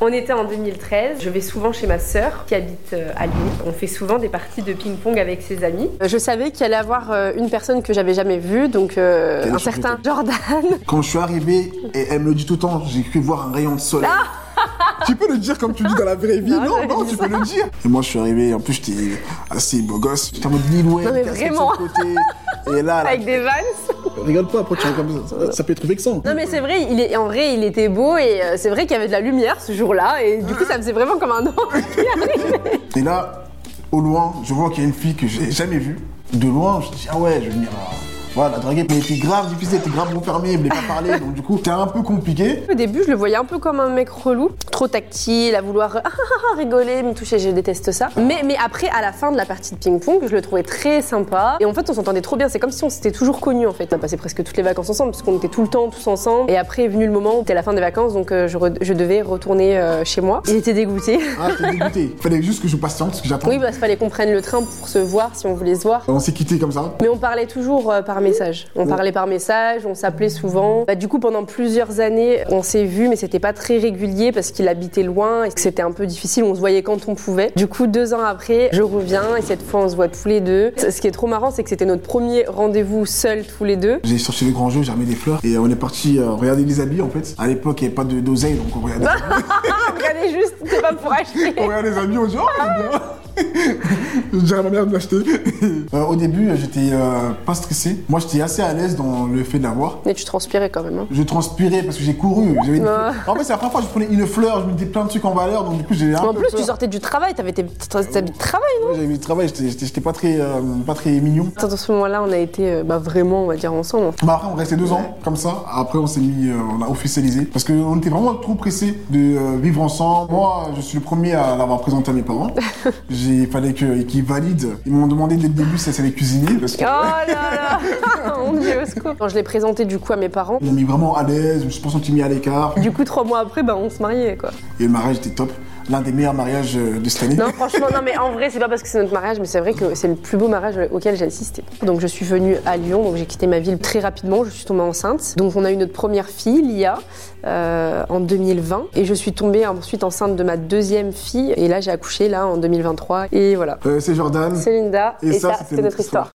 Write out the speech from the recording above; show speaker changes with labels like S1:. S1: On était en 2013. Je vais souvent chez ma sœur qui habite euh, à Lyon. On fait souvent des parties de ping-pong avec ses amis. Euh, Je savais qu'il allait avoir euh, une personne que j'avais jamais vue, donc euh,
S2: Quelle
S1: un
S2: surprise.
S1: certain Jordan.
S2: Quand je suis arrivé, et elle me le dit tout le temps, j'ai cru voir un rayon de soleil. tu peux le dire comme tu le dis dans la vraie vie,
S1: Ah Non,
S2: non,
S1: j'avais
S2: non,
S1: dit
S2: tu peux le dire. Et moi, je suis arrivé, en plus, j'étais assez beau gosse. J'étais en mode Lil Wayne,
S1: Non, mais
S2: casquette
S1: vraiment.
S2: sur le côté. Et là, là,
S1: Avec des vannes.
S2: rigole pas, après, tu vois, comme ça, ça, ça peut être vexant.
S1: Non mais c'est vrai, il est, en vrai il était beau et euh, c'est vrai qu'il y avait de la lumière ce jour-là et du coup ça faisait vraiment comme un ange qui arrivait.
S2: Et là, au loin, je vois qu'il y a une fille que j'ai jamais vue. De loin, je dis, ah ouais, je vais venir. euh, Voilà, la draguer. Mais elle était grave difficile, elle était grave renfermée, elle voulait pas parler. Donc, du coup, c'était un peu compliqué.
S1: Au début je le voyais un peu comme un mec relou, trop tactile, à vouloir ah, ah, ah, rigoler, me toucher, je déteste ça. Mais, mais après à la fin de la partie de ping-pong je le trouvais très sympa et en fait on s'entendait trop bien, c'est comme si on s'était toujours connus en fait. On a passé presque toutes les vacances ensemble parce qu'on était tout le temps tous ensemble et après est venu le moment où c'était la fin des vacances donc euh, je, re- je devais retourner euh, chez moi. Il était dégoûté.
S2: Ah, j'étais dégoûté. Fallait juste que je patiente, parce que j'attends.
S1: Oui, parce qu'il fallait qu'on prenne le train pour se voir si on voulait se voir.
S2: On s'est quitté comme ça.
S1: Mais on parlait toujours euh, par message. On parlait par message, on s'appelait souvent. Bah, du coup, pendant plusieurs années, on s'est vus, mais c'était pas très régulier parce qu'il habitait loin et que c'était un peu difficile. On se voyait quand on pouvait. Du coup, deux ans après, je reviens et cette fois, on se voit tous les deux. Ce ce qui est trop marrant, c'est que c'était notre premier rendez-vous seul tous les deux.
S2: J'ai cherché les grands jeux, j'ai ramené des fleurs et on est parti euh, regarder les habits en fait. À l'époque, il n'y avait pas de- d'oseille donc on regardait,
S1: Ah, regardez juste, c'est pas pour acheter.
S2: on regardait les habits, on se dit oh, c'est bien. Je dirais à ma mère de l'acheter. Euh, au début, euh, j'étais euh, pas stressé. Moi, j'étais assez à l'aise dans le fait de l'avoir.
S1: Mais tu transpirais quand même. hein.
S2: Je transpirais parce que j'ai couru. j'avais une-
S1: Ah.
S2: En fait, c'est la première fois que je prenais une fleur, je mettais plein de trucs en valeur donc du coup, j'ai un
S1: En
S2: peu
S1: plus,
S2: peur.
S1: tu sortais du travail, t'avais tes petits habits de travail, hein. non
S2: Ouais, J'avais du travail, j'étais- j'étais j'étais pas, très, euh, pas très mignon.
S1: À ce moment-là, on a été euh, bah, vraiment, on va dire, ensemble.
S2: Bah après on restait deux ans comme ça. Après on s'est mis, euh, on a officialisé parce qu'on était vraiment trop pressés de euh, vivre ensemble. Moi je suis le premier à l'avoir présenté à mes parents. J'ai fallait que- qu'ils valident. Ils m'ont demandé dès le début si ça allait cuisiner parce
S1: Oh
S2: qu'ils
S1: là là Mon Dieu, au secours. Quand je l'ai présenté du coup à mes parents,
S2: m'ont mis vraiment à l'aise. Je me suis pas senti mis à l'écart.
S1: du coup trois mois après, bah, on se mariait quoi.
S2: Et le mariage était top. L'un des meilleurs mariages euh, de cette année.
S1: Non, franchement, non, mais en vrai, c'est pas parce que c'est notre mariage, mais c'est vrai que c'est le plus beau mariage auquel j'ai assisté. Donc je suis venue à Lyon, donc j'ai quitté ma ville très rapidement, je suis tombée enceinte. Donc on a eu notre première fille, Lia, euh, en 2020, et je suis tombée ensuite enceinte de ma deuxième fille, et là j'ai accouché là en 2023, et voilà.
S2: Euh, c'est Jordan.
S1: C'est Linda, et, ça, c'était notre histoire.